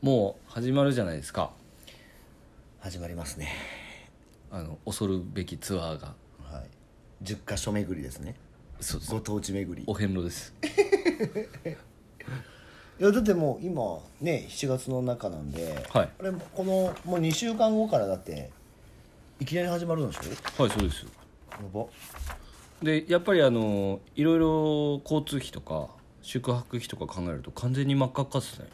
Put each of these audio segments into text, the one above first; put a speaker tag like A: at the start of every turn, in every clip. A: もう始まるじゃないですか
B: 始まりますね
A: あの恐るべきツアーが
B: はい10か所巡りですね
A: そう
B: ご当地巡り
A: お遍路です
B: いやだってもう今ね7月の中なんで、
A: はい
B: あれもこのもう2週間後からだっていきなり始まるんでしょ
A: はいそうです
B: やば
A: でやっぱりあのいろいろ交通費とか宿泊費とか考えると完全に真っ赤っかですね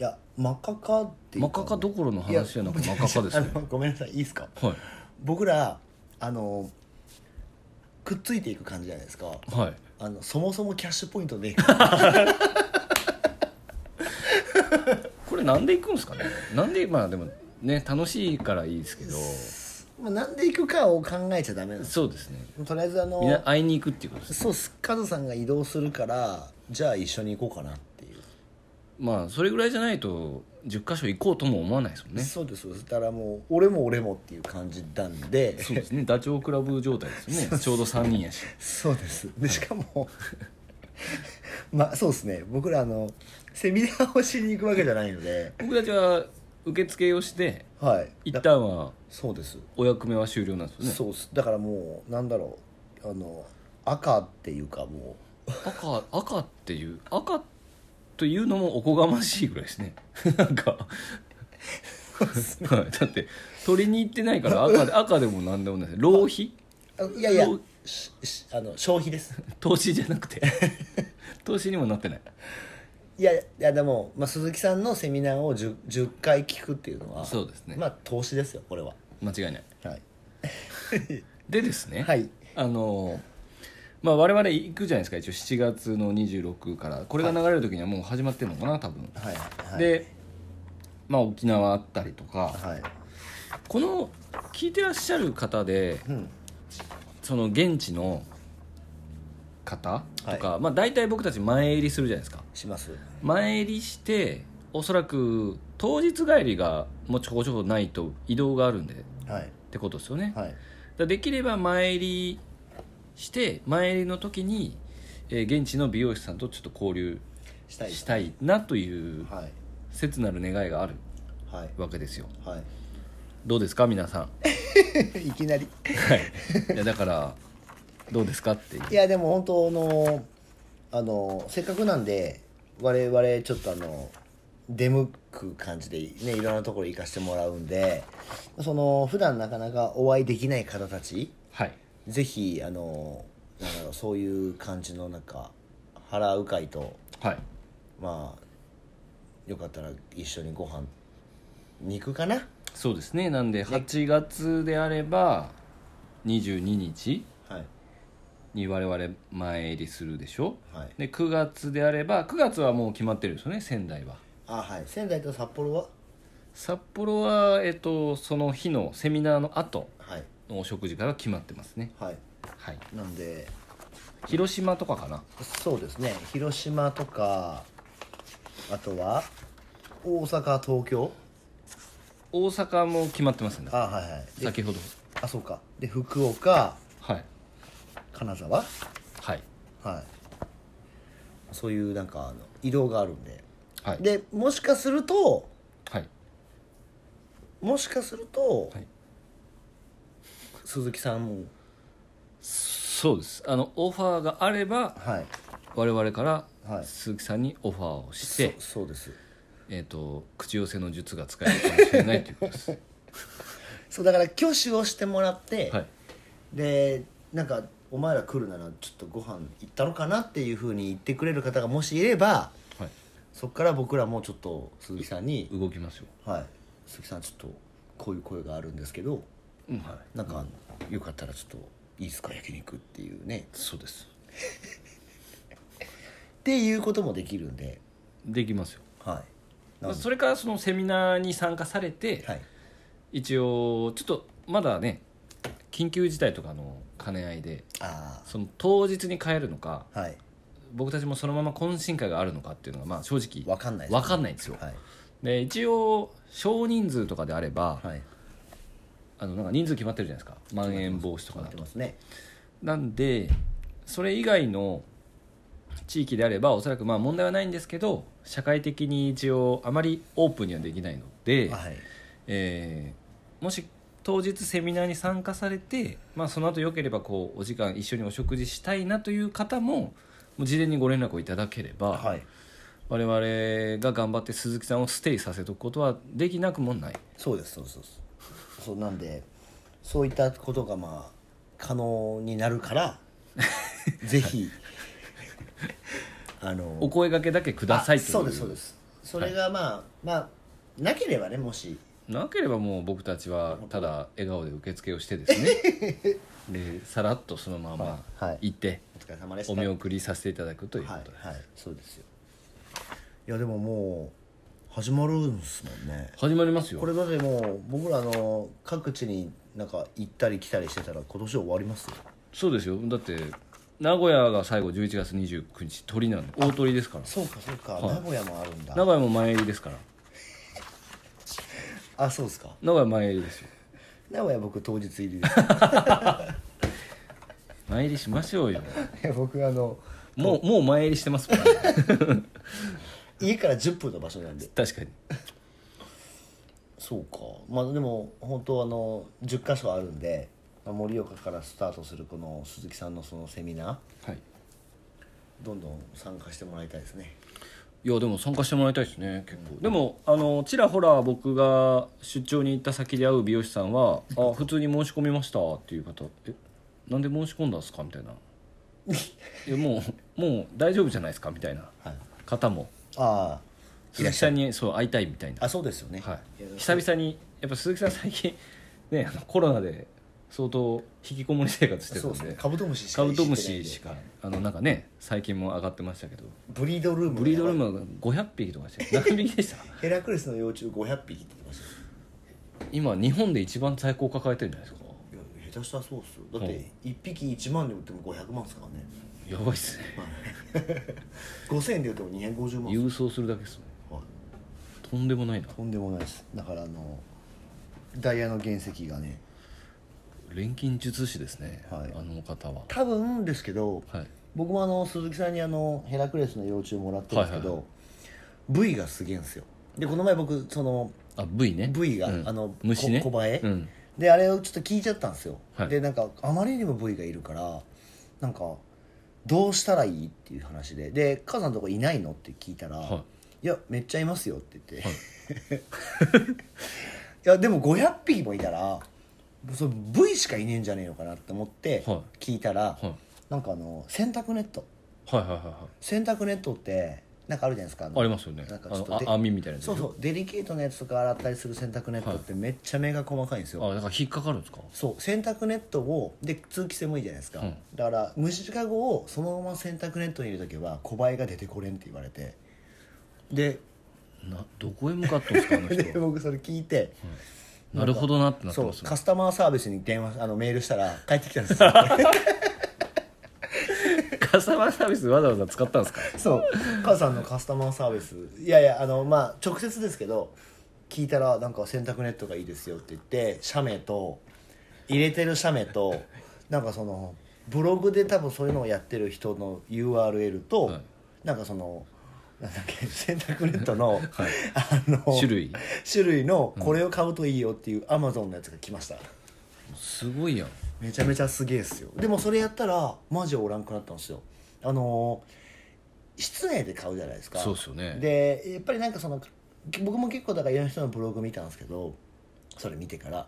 B: いやマカカっていう
A: 真っ赤っかどころの
B: いや
A: 話じゃなく真っ赤っかですね
B: あのごめんなさいいいですか
A: は
B: 僕らあのくっついていく感じじゃないですか
A: いはい
B: あのそもそもキャッシュポイントで
A: これなんで行くんですかねなんでまあでもね楽しいからいいですけど
B: まあなんで行くかを考えちゃダメなんです
A: そうですね
B: とりあえずあの
A: みんな会いに行くっていうことです
B: そうすカズさんが移動するからじゃあ一緒に行こうかなっていう、
A: まあそれぐらいじゃないと10か所行こうとも思わないですもんね
B: そうですそうですだからもう俺も俺もっていう感じなんで
A: そうですねダチョウ倶楽部状態ですよねちょうど3人やし
B: そうですでしかもまあそうですね僕らあのセミナーをしに行くわけじゃないので
A: 僕たちは受付をして
B: はい
A: 一
B: だ
A: 旦は
B: そうです、
A: お役目は終了なんですよね
B: そうですだからもうなんだろうあの赤っていうかも
A: 赤赤っていう赤というのもおこがましいぐらいですね なんかはい、だって取りに行ってないから赤で赤でも何でもないです浪費
B: うあいやいや
A: そう
B: ししあの消費です
A: 投資じゃなく て投資にもなってない
B: いやいやでも、まあ、鈴木さんのセミナーを 10, 10回聞くっていうのは
A: そうですね
B: まあ投資ですよこれは
A: 間違いない
B: はい
A: でですね、
B: はい
A: あのまあ我々行くじゃないですか一応7月の26からこれが流れる時にはもう始まってるのかな多分、
B: はいはい
A: でまあ沖縄あったりとか
B: はい
A: この聞いてらっしゃる方で
B: うん
A: その現地の方とか、まあ大体僕たち前入りするじゃないですか
B: します
A: 前入りしておそらく当日帰りがもうちょこちょこないと移動があるんでっ
B: はい
A: てことですよね、
B: はい
A: だからできれば前入りして前入りの時に、えー現地の美容師さんとちょっと交流
B: したい
A: したいなという
B: はい
A: 切なる願いがある
B: はい
A: わけですよ
B: は
A: どうですか皆さん
B: いいきなり
A: はいいやだからどうですかっていう
B: いやでも本当あのあのせっかくなんで我々ちょっとあの出向く感じでねいろんなところ行かせてもらうんでその普段なかなかお会いできない方たち
A: はい
B: ぜひあのなんだろうそういう感じのなんか腹うかいと
A: はい
B: まあよかったら一緒にご飯に行くかな
A: そうですねなんで8月であれば22日
B: はい
A: に我々前入りするでしょ
B: はい
A: で9月であれば9月はもう決まってるんですよね仙台は
B: あはい仙台と札幌は
A: 札幌は、えっと、その日のセミナーの後
B: はい
A: のお食事会は決まってますね、
B: はい
A: はい、
B: なんで
A: 広島とかかな
B: そうですね広島とかあとは大阪東京
A: 大阪も決まってますんだ
B: あはいはいで
A: 先ほど
B: あそうかで福岡
A: はい
B: 金沢
A: はい
B: はいそういうなんかあの移動があるんで、
A: はい
B: でもしかすると
A: はい
B: もしかすると、
A: はい
B: 鈴木さんも
A: そうですあのオファーがあれば
B: はい
A: 我々から
B: はい
A: 鈴木さんにオファーをして、
B: そそうです
A: えっと口寄せの術が使えるかもしれないということ です
B: そうだから挙手をしてもらって、
A: はい
B: でなんかお前ら来るならちょっとご飯行ったろかなっていうふうに言ってくれる方がもしいれば
A: はい
B: そこから僕らもちょっと鈴木さんに
A: 動きますよ、
B: 「はい鈴木さんちょっとこういう声があるんですけど
A: うんはい、
B: なんかよかったらちょっといいですか焼肉」っていうね
A: そうです
B: っていうこともできるんで
A: できますよ
B: はい
A: ま
B: な
A: あ
B: んで
A: それからそのセミナーに参加されて、
B: はい
A: 一応ちょっとまだね緊急事態とかの兼ね合いで
B: あ
A: その当日に帰るのか
B: あはい
A: 僕たちもそのまま懇親会があるのかっていうのがまあ正直
B: わかんない
A: わかんないんですよ、
B: はい
A: で一応少人数とかであれば、
B: はい
A: あのなんか人数決まってるじゃないですかまん延防止とか
B: わ
A: だ
B: かって
A: と
B: ますね
A: なんでそれ以外の地域であればおそらくまあ問題はないんですけど社会的に一応あまりオープンにはできないので、
B: はい
A: えーもし当日セミナーに参加されて、まあ、その後よければこうお時間一緒にお食事したいなという方ももう事前にご連絡をいただければ、
B: はい
A: 我々が頑張って鈴木さんをステイさせておくことはできなくもない
B: そうですそうですそうですそうなんでそういったことがまあ可能になるから ぜひあの
A: お声掛けだけくださいとい
B: あそうですそうですそれがまあ、まあなければねもし
A: なければもう僕たちはただ笑顔で受付をしてですね でさらっとそのまま
B: はい
A: 行って
B: お疲れ様でした
A: お見送りさせていただくというこ
B: はい
A: とで、
B: はいそうですよいやでももう始まるんですもんね
A: 始まりますよ
B: これだってもう僕らあの各地になんか行ったり来たりしてたら今年終わりますよ
A: そうですよだって名古屋が最後11月29日鳥なんで大鳥ですから
B: そうかそうか、
A: はい
B: 名古屋もあるんだ
A: 名古屋も前入りですから
B: あそうですか
A: 名古屋前入りですよ
B: 名古屋僕当日入りです
A: 前入りしましょうよ
B: いや僕あの
A: もうもう前入りしてますもん、ね、
B: 家から10分の場所なんで
A: 確かに
B: そうかまあでも本当あの10箇所あるんで盛岡からスタートするこの鈴木さんのそのセミナ
A: はい
B: ーどんどん参加してもらいたいですね
A: いやでも参加してもらいたいですね結構、でもあのちらほら僕が出張に行った先で会う美容師さんは「あ普通に申し込みました」っていう方「えなんで申し込んだんですか?」みたい な「いやもうもう大丈夫じゃないですか」みたいな
B: はい
A: 方も
B: ああい
A: 鈴
B: らっ
A: 木
B: しゃ
A: さ
B: る
A: んにそう会いたいみたいな
B: あそうですよね
A: はい
B: や、
A: 久々にやっぱ鈴木さん最近ねあのコロナで相当引きこもり生活してた
B: そ
A: ん
B: うですね
A: で
B: カブトムシしか
A: カブトム
B: 知ってないん
A: シ
B: で
A: しかあのなんかね最近も上がってましたけど
B: ブリードルーム
A: ブリードルームは500匹とかして何匹でした
B: ヘラクレスの幼虫500匹って言ってましたよ
A: 今日本で一番在庫を抱えてるんじゃないですか
B: いや下手したらそうっすよだって1匹1万で売っても500万ですからね
A: やばいっすね
B: 5000円で売っても250万っす
A: 郵送するだけですね
B: はい
A: とんでもないな
B: とんでもないですだからあのダイヤの原石がね
A: 錬金術師ですね、
B: はい
A: あの方は
B: 多分ですけど
A: はい
B: 僕もあの鈴木さんにあのヘラクレスの幼虫もらってるんですけど、部位がすげえんですよでこの前僕その
A: あ V ね
B: V が、
A: うん
B: あの
A: 虫ね
B: こ小映え、
A: うん
B: であれをちょっと聞いちゃったんですよ、
A: はい
B: でなんかあまりにも V がいるからなんかどうしたらいいっていう話でで母さんのとこいないのって聞いたら、、
A: はい
B: やめっちゃいますよって言って、い、 やでも500匹もいたらその V しかいねえんじゃねえのかなって思って
A: はい
B: 聞いたら、
A: はい
B: なんかあの洗濯ネット
A: はいはいはいはい
B: 洗濯ネットってなんかあるじゃないですかあの
A: ありますよね
B: なんか
A: あ
B: ちょっと
A: の
B: で
A: あ網みたいなやつ
B: そうそうデリケートなやつとか洗ったりする洗濯ネットってめっちゃ目が細かいんですよ、
A: あだから引っかかるんですか
B: そう洗濯ネットをで通気性もいいじゃないですか、
A: うん
B: だから虫かごをそのまま洗濯ネットに入れとけば小バエが出てこれんって言われてで
A: などこへ向かったんですかあの
B: で
A: 人
B: 僕それ聞いて、
A: なるほどなってなって
B: そ
A: ま
B: う
A: すよ
B: カスタマーサービスに電話あのメールしたら帰ってきたんで すよ
A: カスタマーサービスわざわざ使ったんですか
B: そう母さんのカスタマーサービスいやいやあのまあ直接ですけど聞いたらなんか洗濯ネットがいいですよって言って写メと入れてる写メとなんかそのブログで多分そういうのをやってる人の URL と、
A: はい
B: なんかそのなんだっけ洗濯ネットの、あの
A: 種類
B: 種類のこれを買うといいよっていうアマゾンのやつが来ました、
A: すごいやん
B: めちゃめちゃすげえっすよでもそれやったらマジおらんくなったんですよあのー室内で買うじゃないですか
A: そうっすよね
B: でやっぱりなんかその僕も結構だからいろんな人のブログ見たんですけどそれ見てから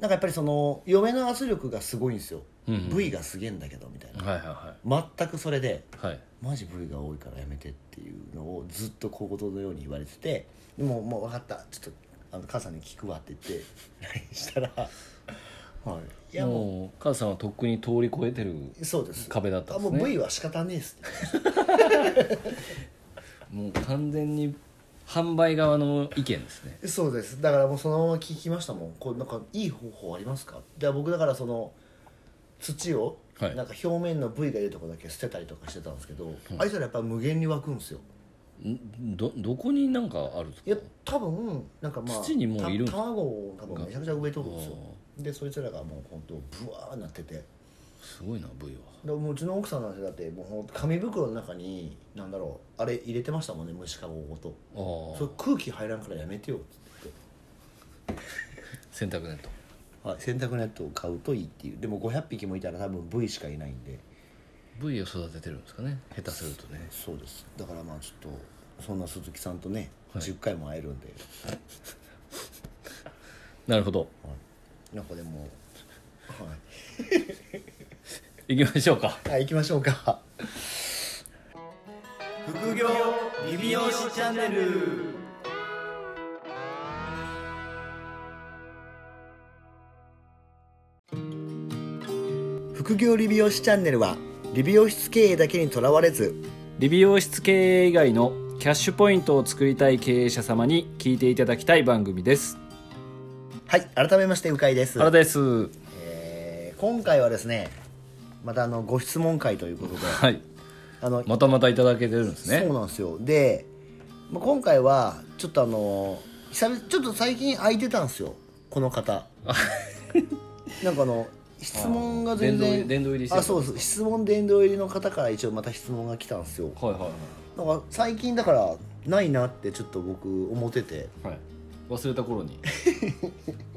B: なんかやっぱりその嫁の圧力がすごいんですよ、
A: うんうん
B: V がすげえんだけどみたいな
A: はいは
B: 全くそれで
A: いはいはい
B: マジ V が多いからやめてっていうのをずっと小言のように言われてて「でももう分かったちょっとあの母さんに聞くわ」って言って LINE し たら「はい、いやもう
A: もう母さんはとっくに通り越えてる
B: そうです
A: 壁だったんです
B: あもう
A: ね
B: V は仕方ねえっすね
A: もう完全に販売側の意見ですね」
B: そうですだからもうそのまま聞きましたもん「こうなんかいい方法ありますか?」で僕だからその土を
A: はい
B: なんか表面の V がいるとこだけ捨てたりとかしてたんですけど、あいつらやっぱ無限に湧くんですよ
A: んどどこになんかあるんです
B: い
A: か
B: や多分なんかまあ
A: 土にもういるんだ
B: た卵を多分めちゃくちゃ植えとるんですよでそいつらがもう本当ブワーなってて
A: すごいな V は
B: でもううちの奥さんなんてだってもうほんと紙袋の中になんだろうあれ入れてましたもんね虫かごごとそ
A: あ
B: れ空気入らんからやめてよっつって
A: あ洗濯ネット
B: はい、洗濯ネットを買うといいっていうでも500匹もいたら多分 V しかいないんで
A: V を育ててるんですかね下手するとね
B: そうですだからまあちょっとそんな鈴木さんとね、10回も会えるんで
A: なるほど
B: なんかでもは
A: 行きましょうか
B: い、はい、行きましょうか
C: 副業リビオシチャンネル
B: 副業理美容師チャンネルは理美容室経営だけにとらわれず
A: 理美容室経営以外のキャッシュポイントを作りたい経営者様に聞いていただきたい番組です
B: はい改めまして鵜飼です
A: 原です
B: えー今回はですねまたあのご質問会ということで
A: はい
B: あの
A: またまたいただけてるんです
B: そ
A: ね
B: うなんですよで、まあ、今回はちょっとあの久々ちょっと最近空いてたんですよこ の方なんかあの質問が全
A: あー殿
B: 然
A: 堂殿堂入りしてる
B: あそうです質問殿堂入りの方から一応また質問が来たんですよ
A: はいはい
B: なんか最近だからないなってちょっと僕思ってて
A: はい、はい、忘れた頃に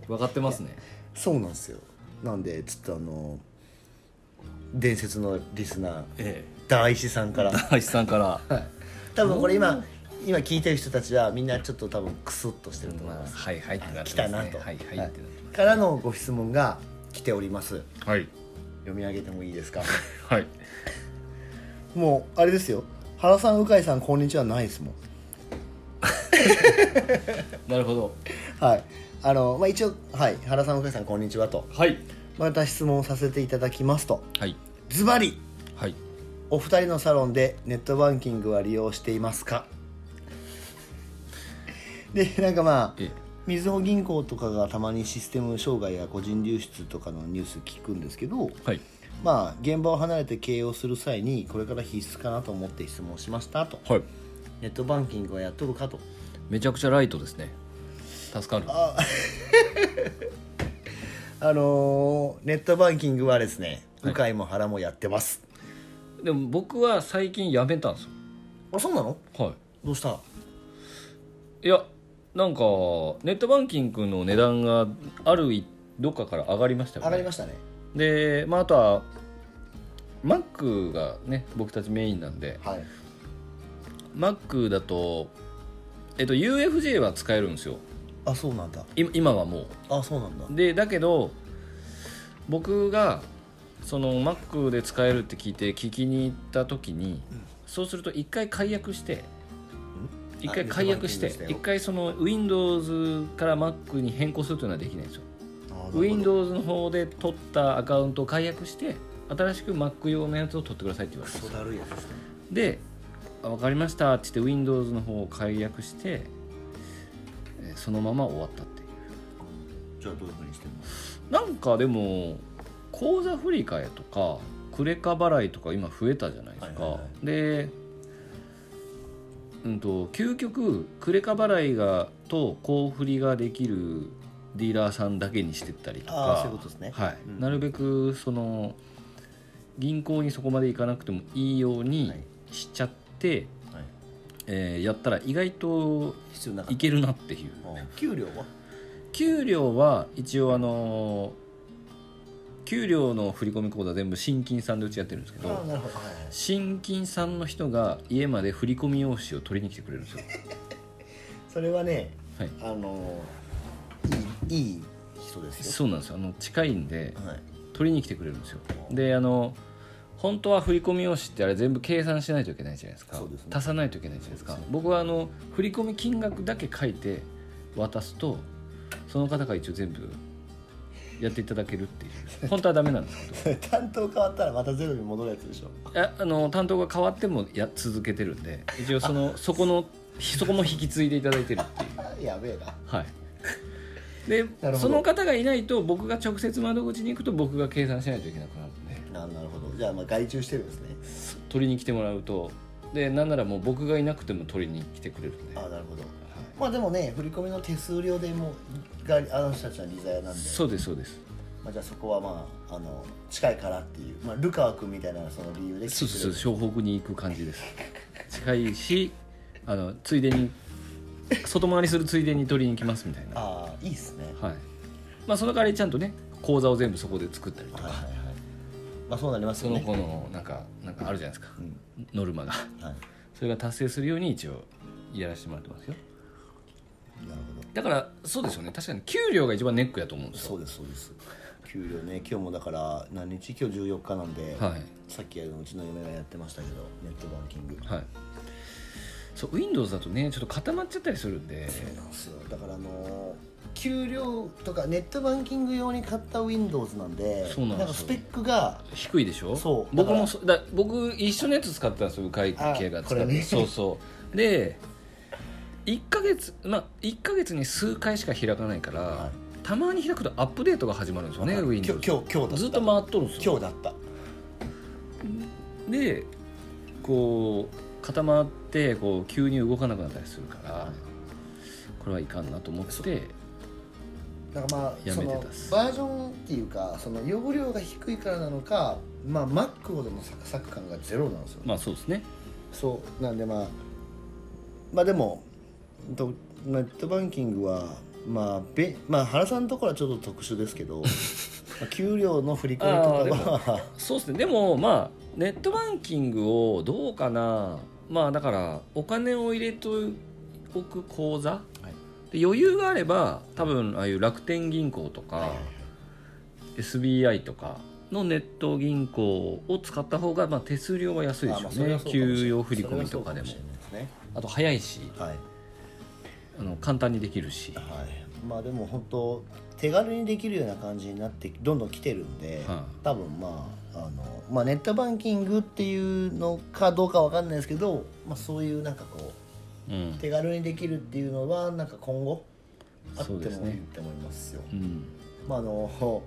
A: 分かってますね
B: そうなんですよなんでちょっとあの伝説のリスナー
A: え
B: 大石さんから
A: え大石さんから
B: 多分これ今今聞いてる人たちはみんなちょっと多分クスッとしてると思い
A: まあ
B: ます、
A: はいはいってなってますね
B: 来たなと、
A: はいはいってな
B: は
A: っ
B: い
A: てま
B: からのご質問が来ております
A: すはい
B: 読み上げてもいいですか
A: はい
B: もうあれですよ原さん鵜飼さんこんにちはないですもん
A: なるほど
B: はいあの、まあ、一応、はい、原さん鵜飼さんこんにちはと
A: はい
B: また質問させていただきますと
A: はい
B: ズバリ
A: はい
B: お二人のサロンでネットバンキングは利用していますかでなんかまあ
A: え
B: みずほ銀行とかがたまにシステム障害や個人流出とかのニュース聞くんですけど、
A: はい
B: まあ、現場を離れて経営をする際にこれから必須かなと思って質問しましたと
A: はい
B: ネットバンキングはやっとるかと
A: めちゃくちゃライトですね助かる
B: あのーネットバンキングはですね鵜飼、も原もやってます
A: でも僕は最近やめたんです
B: あそうなの
A: よはい
B: どうした
A: いやなんかネットバンキングの値段があるいどっかから上がりましたよね
B: 上がりましたね
A: で、まあ、あとは Mac がね僕たちメインなんで
B: はい
A: Mac だと、えっと、UFJ は使えるんですよ
B: あそうなんだ
A: い今はも
B: あそうなんだ
A: うでだけど僕がその Mac で使えるって聞いて聞きに行った時に、そうすると一回解約して一回解約して
B: ネットバンキ
A: 一
B: ング
A: 回その Windows から Mac に変更するというのはできないんですよ
B: あなるほど
A: Windows の方で取ったアカウントを解約して新しく Mac 用のやつを取ってくださいって言われ
B: ク
A: て
B: ソだるいやつですね
A: で「あ分かりました」って言って Windows の方を解約してえーそのまま終わったっていう
B: じゃあどういうふうにしてる
A: な
B: の
A: んかでも口座振り替えとかクレカ払いとか今増えたじゃないですか、
B: はいはいは
A: でうんと究極クレカ払いがと口振りができるディーラーさんだけにしてったりと
B: あ
A: か
B: あそういうことですね
A: はい
B: うん
A: なるべくその銀行にそこまで行かなくてもいいように
B: はい
A: しちゃって、
B: はい
A: えーやったら意外と
B: 必要なか
A: い
B: った
A: けるなっていう
B: あ給料は
A: 給料は一応あのー給料の振込口座全部新金さんでうちやってるんですけ
B: あ
A: ど
B: なるほどはいはい
A: 新金さんの人が家まで振込用紙を取りに来てくれ るんですよ
B: それはね
A: はい
B: あのいいいい人です
A: そうなんですよあの近いんで
B: よはい
A: 取りに来てくれるんですよであの本当は振込用紙ってあれ全部計算しないといけないじゃないですか
B: そうですね
A: 足さないといけないじゃないですか
B: そうですね
A: 僕はあの振込金額だけ書いて渡すとその方が一応全部やっていただけるっていう本当はダメなんですけど
B: 担当変わったらまたゼロに戻るやつでしょ
A: いやあの担当が変わってもや続けてるんで一応そのそこのそこも引き継いでいただいてるっていう
B: あやべえな
A: はいで
B: ほど
A: その方がいないと僕が直接窓口に行くと僕が計算しないといけなくなるんで
B: ななるほどじゃあまあ外注してるんですね
A: 取りに来てもらうとでなんならもう僕がいなくても取りに来てくれるんで、は
B: あ
A: い
B: なるほどまあでもね振り込みの手数料でもうがあの人たちは利ザヤなんで
A: そうですそうです
B: まあ、じゃあそこはまああの近いからっていう、まあ、ルカワ君みたいなその理由で
A: そう
B: 来て
A: そ
B: くれ
A: う
B: る
A: そう湘北に行く感じです近いしあのついでに外回りするついでに取りに行きますみたいなは
B: ああいいっすね
A: いまあその代わりちゃんとね講座を全部そこで作ったりと
B: はい
A: か、
B: はいはいまあそうなります
A: そ
B: よ
A: の
B: ね
A: 子のなんかなんかあるじゃないですか
B: うん
A: ノルマが
B: はい
A: それが達成するように一応やらせてもらってますよ
B: なるほど
A: だからそうですよね確かに給料が一番ネックやと思うんです
B: そ
A: よ
B: うですそうです給料ね今日もだから何日今日14日なんで、
A: はい
B: さっきあのうちの嫁がやってましたけどネットバンキング、
A: はいそう Windows だとねちょっと固まっちゃったりするんで
B: そうなんですよだからあのー給料とかネットバンキング用に買った Windows なんで
A: そうなんですよ
B: かスペックが
A: 低いでしょ
B: そう
A: 僕
B: だ
A: も
B: か
A: そだ僕一緒のやつ使ってたんですよ会計が
B: あ
A: 使
B: こ
A: っ
B: れ
A: て、
B: ね
A: そうそうで1か月まあ1か月に数回しか開かないから、
B: は
A: たまに開くとアップデートが始まるんですよね
B: 今日
A: Windows
B: 今日今日だった
A: ずっと回っとるんです
B: 今
A: よ
B: 日だった
A: でこう固まってこう急に動かなくなったりするから、
B: はい
A: これはいかんなと思って
B: だからまあ
A: や
B: そ
A: めて
B: の
A: たっす
B: バージョンっていうかその容量が低いからなのかまあ Mac ほどのサクサク感がゼロなんですよ、
A: まあそうですね
B: そうなんでまあまあでもとネットバンキングはまあべまあ原さんのところはちょっと特殊です けどまあ給料の振り込みとかは
A: そうですねでもまあネットバンキングをどうかなまあだからお金を入れておく口座、で余裕があれば多分ああいう楽天銀行とか、SBI とかのネット銀行を使った方がまあ手数料は安いで
B: あ
A: しょ
B: まあ
A: う
B: それ
A: ね
B: はそうかもしれない
A: 給与振り込みとかでも
B: それはそうかしれないですね
A: あと早いし
B: はい
A: あの簡単にできるし、
B: はいまあでも本当手軽にできるような感じになってどんどん来てるんで、
A: は
B: 多分まああの、まあ、ネットバンキングっていうのかどうかわかんないですけど、まあ、そういうなんかこ
A: い
B: う
A: うん
B: 手軽にできるっていうのはなんか今後あって
A: そう
B: もい
A: ですね
B: いと思いますよ。
A: うん
B: まああのこ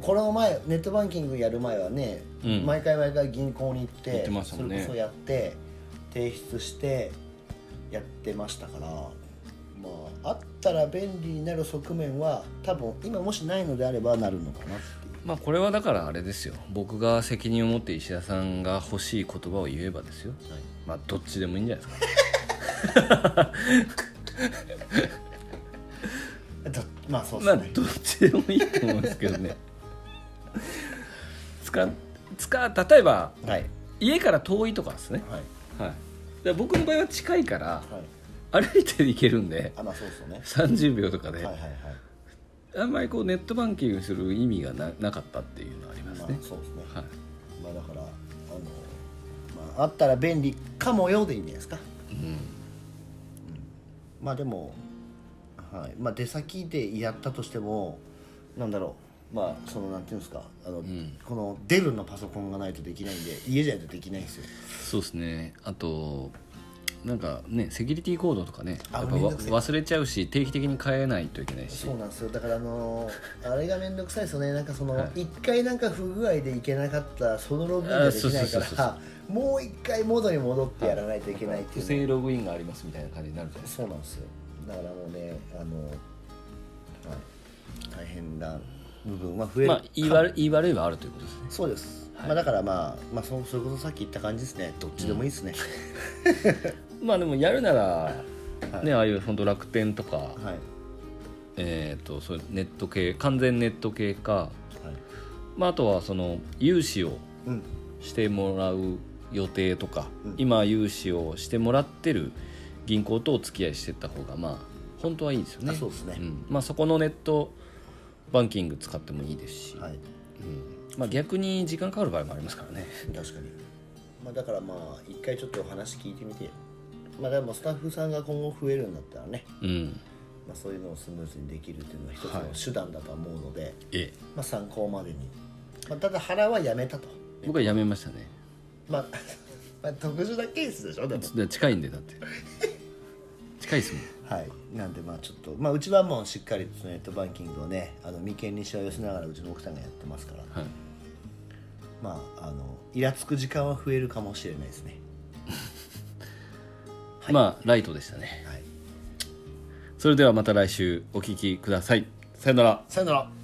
B: この前ネットバンキングやる前はね、
A: うん
B: 毎回毎回銀行に行って
A: 言ってましたもんね
B: それこそやって提出してやってましたから、まあ、あったら便利になる側面は多分今もしないのであればなるのかなっていう。
A: まあこれはだからあれですよ僕が責任を持って石田さんが欲しい言葉を言えばですよまあどっちでもいいんじゃないですか
B: だまあそうで
A: ますあ
B: ね、
A: どっちでもいいと思うんですけどね使使例えば
B: はい
A: 家から遠いとかですね
B: はい
A: はいで僕の場合は近いから
B: はい
A: 歩いて行けるんで
B: あまあそうですよね
A: 30秒とかで、
B: はいはいはい
A: あんまりこうネットバンキングする意味がななかったっていうのはありま
B: まあ
A: す
B: そう
A: ね
B: で、すね、
A: はい、
B: まあだからあの、まあ、あったら便利かもよでいいんじゃないですか
A: うん
B: まあでも、はいまあ、出先でやったとしてもなんだろうまあそのなんていうんですかあの、
A: ん
B: このデルのパソコンがないとできないんで家じゃないとできないんですよ
A: そうですねあとなんかねセキュリティコードとかね
B: あ
A: やっぱ
B: めん
A: わ
B: どくせえ
A: 忘れちゃうし定期的に変えないといけないし
B: そうなんですよだからあのーあれが面倒くさいですよねなんかそ
A: は
B: の
A: い
B: 一、回なんか不具合でいけなかったそのログイン
A: あ
B: がで
A: そう
B: き
A: そ
B: な
A: う
B: い
A: そ
B: か
A: うそう
B: らもう一回元に戻ってやらないといけないっ
A: 不
B: ていうね、
A: 正ログインがありますみたいな感じになるじゃないですか
B: そうなんですよだからもうねあの、はい、大変な部分は増える
A: まあ言い悪い言い悪いはあるということですね
B: そうです、まあだからまあ、まあ、そそれこそさっき言った感じですねどっちでもいいですね、
A: まあでもやるなら
B: はい
A: ねああいう本当楽天とか
B: はい、
A: えっとそういうネット系完全ネット系か
B: はい、
A: まああとはその融資を
B: うん
A: してもらう予定とか、
B: うん
A: 今融資をしてもらってる銀行とお付き合いしてった方がまあ本当はいいですよね
B: あそうですね
A: んまあ、そこのネットバンキング使ってもいいですし、
B: はい
A: うんまあ、逆に時間かかる場合もありますからね
B: 確かにまあだからまあ一回ちょっとお話聞いてみてまあでもスタッフさんが今後増えるんだったらね、
A: うん
B: まあ、そういうのをスムーズにできるっていうのは一
A: はい
B: つの手段だと思うので、
A: ええ
B: まあ参考までに、まあ、ただ腹はやめたと
A: 僕はやめましたね
B: まあ まあ特殊なケースでしょでも
A: で近いんでだって近いですもん
B: はい、なんでまあちょっと、まあ、うちはもうしっかりネットバンキングをねあの眉間にしわ寄せながらうちの奥さんがやってますから、
A: はい
B: まああのイラつく時間は増えるかもしれないですね
A: まあライトでしたね
B: はい
A: それではまた来週お聞きくださいさよなら
B: さよなら